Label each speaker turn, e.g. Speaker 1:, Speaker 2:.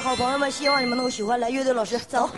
Speaker 1: 好，朋友们，希望你们能够喜欢。来，乐队老师，走。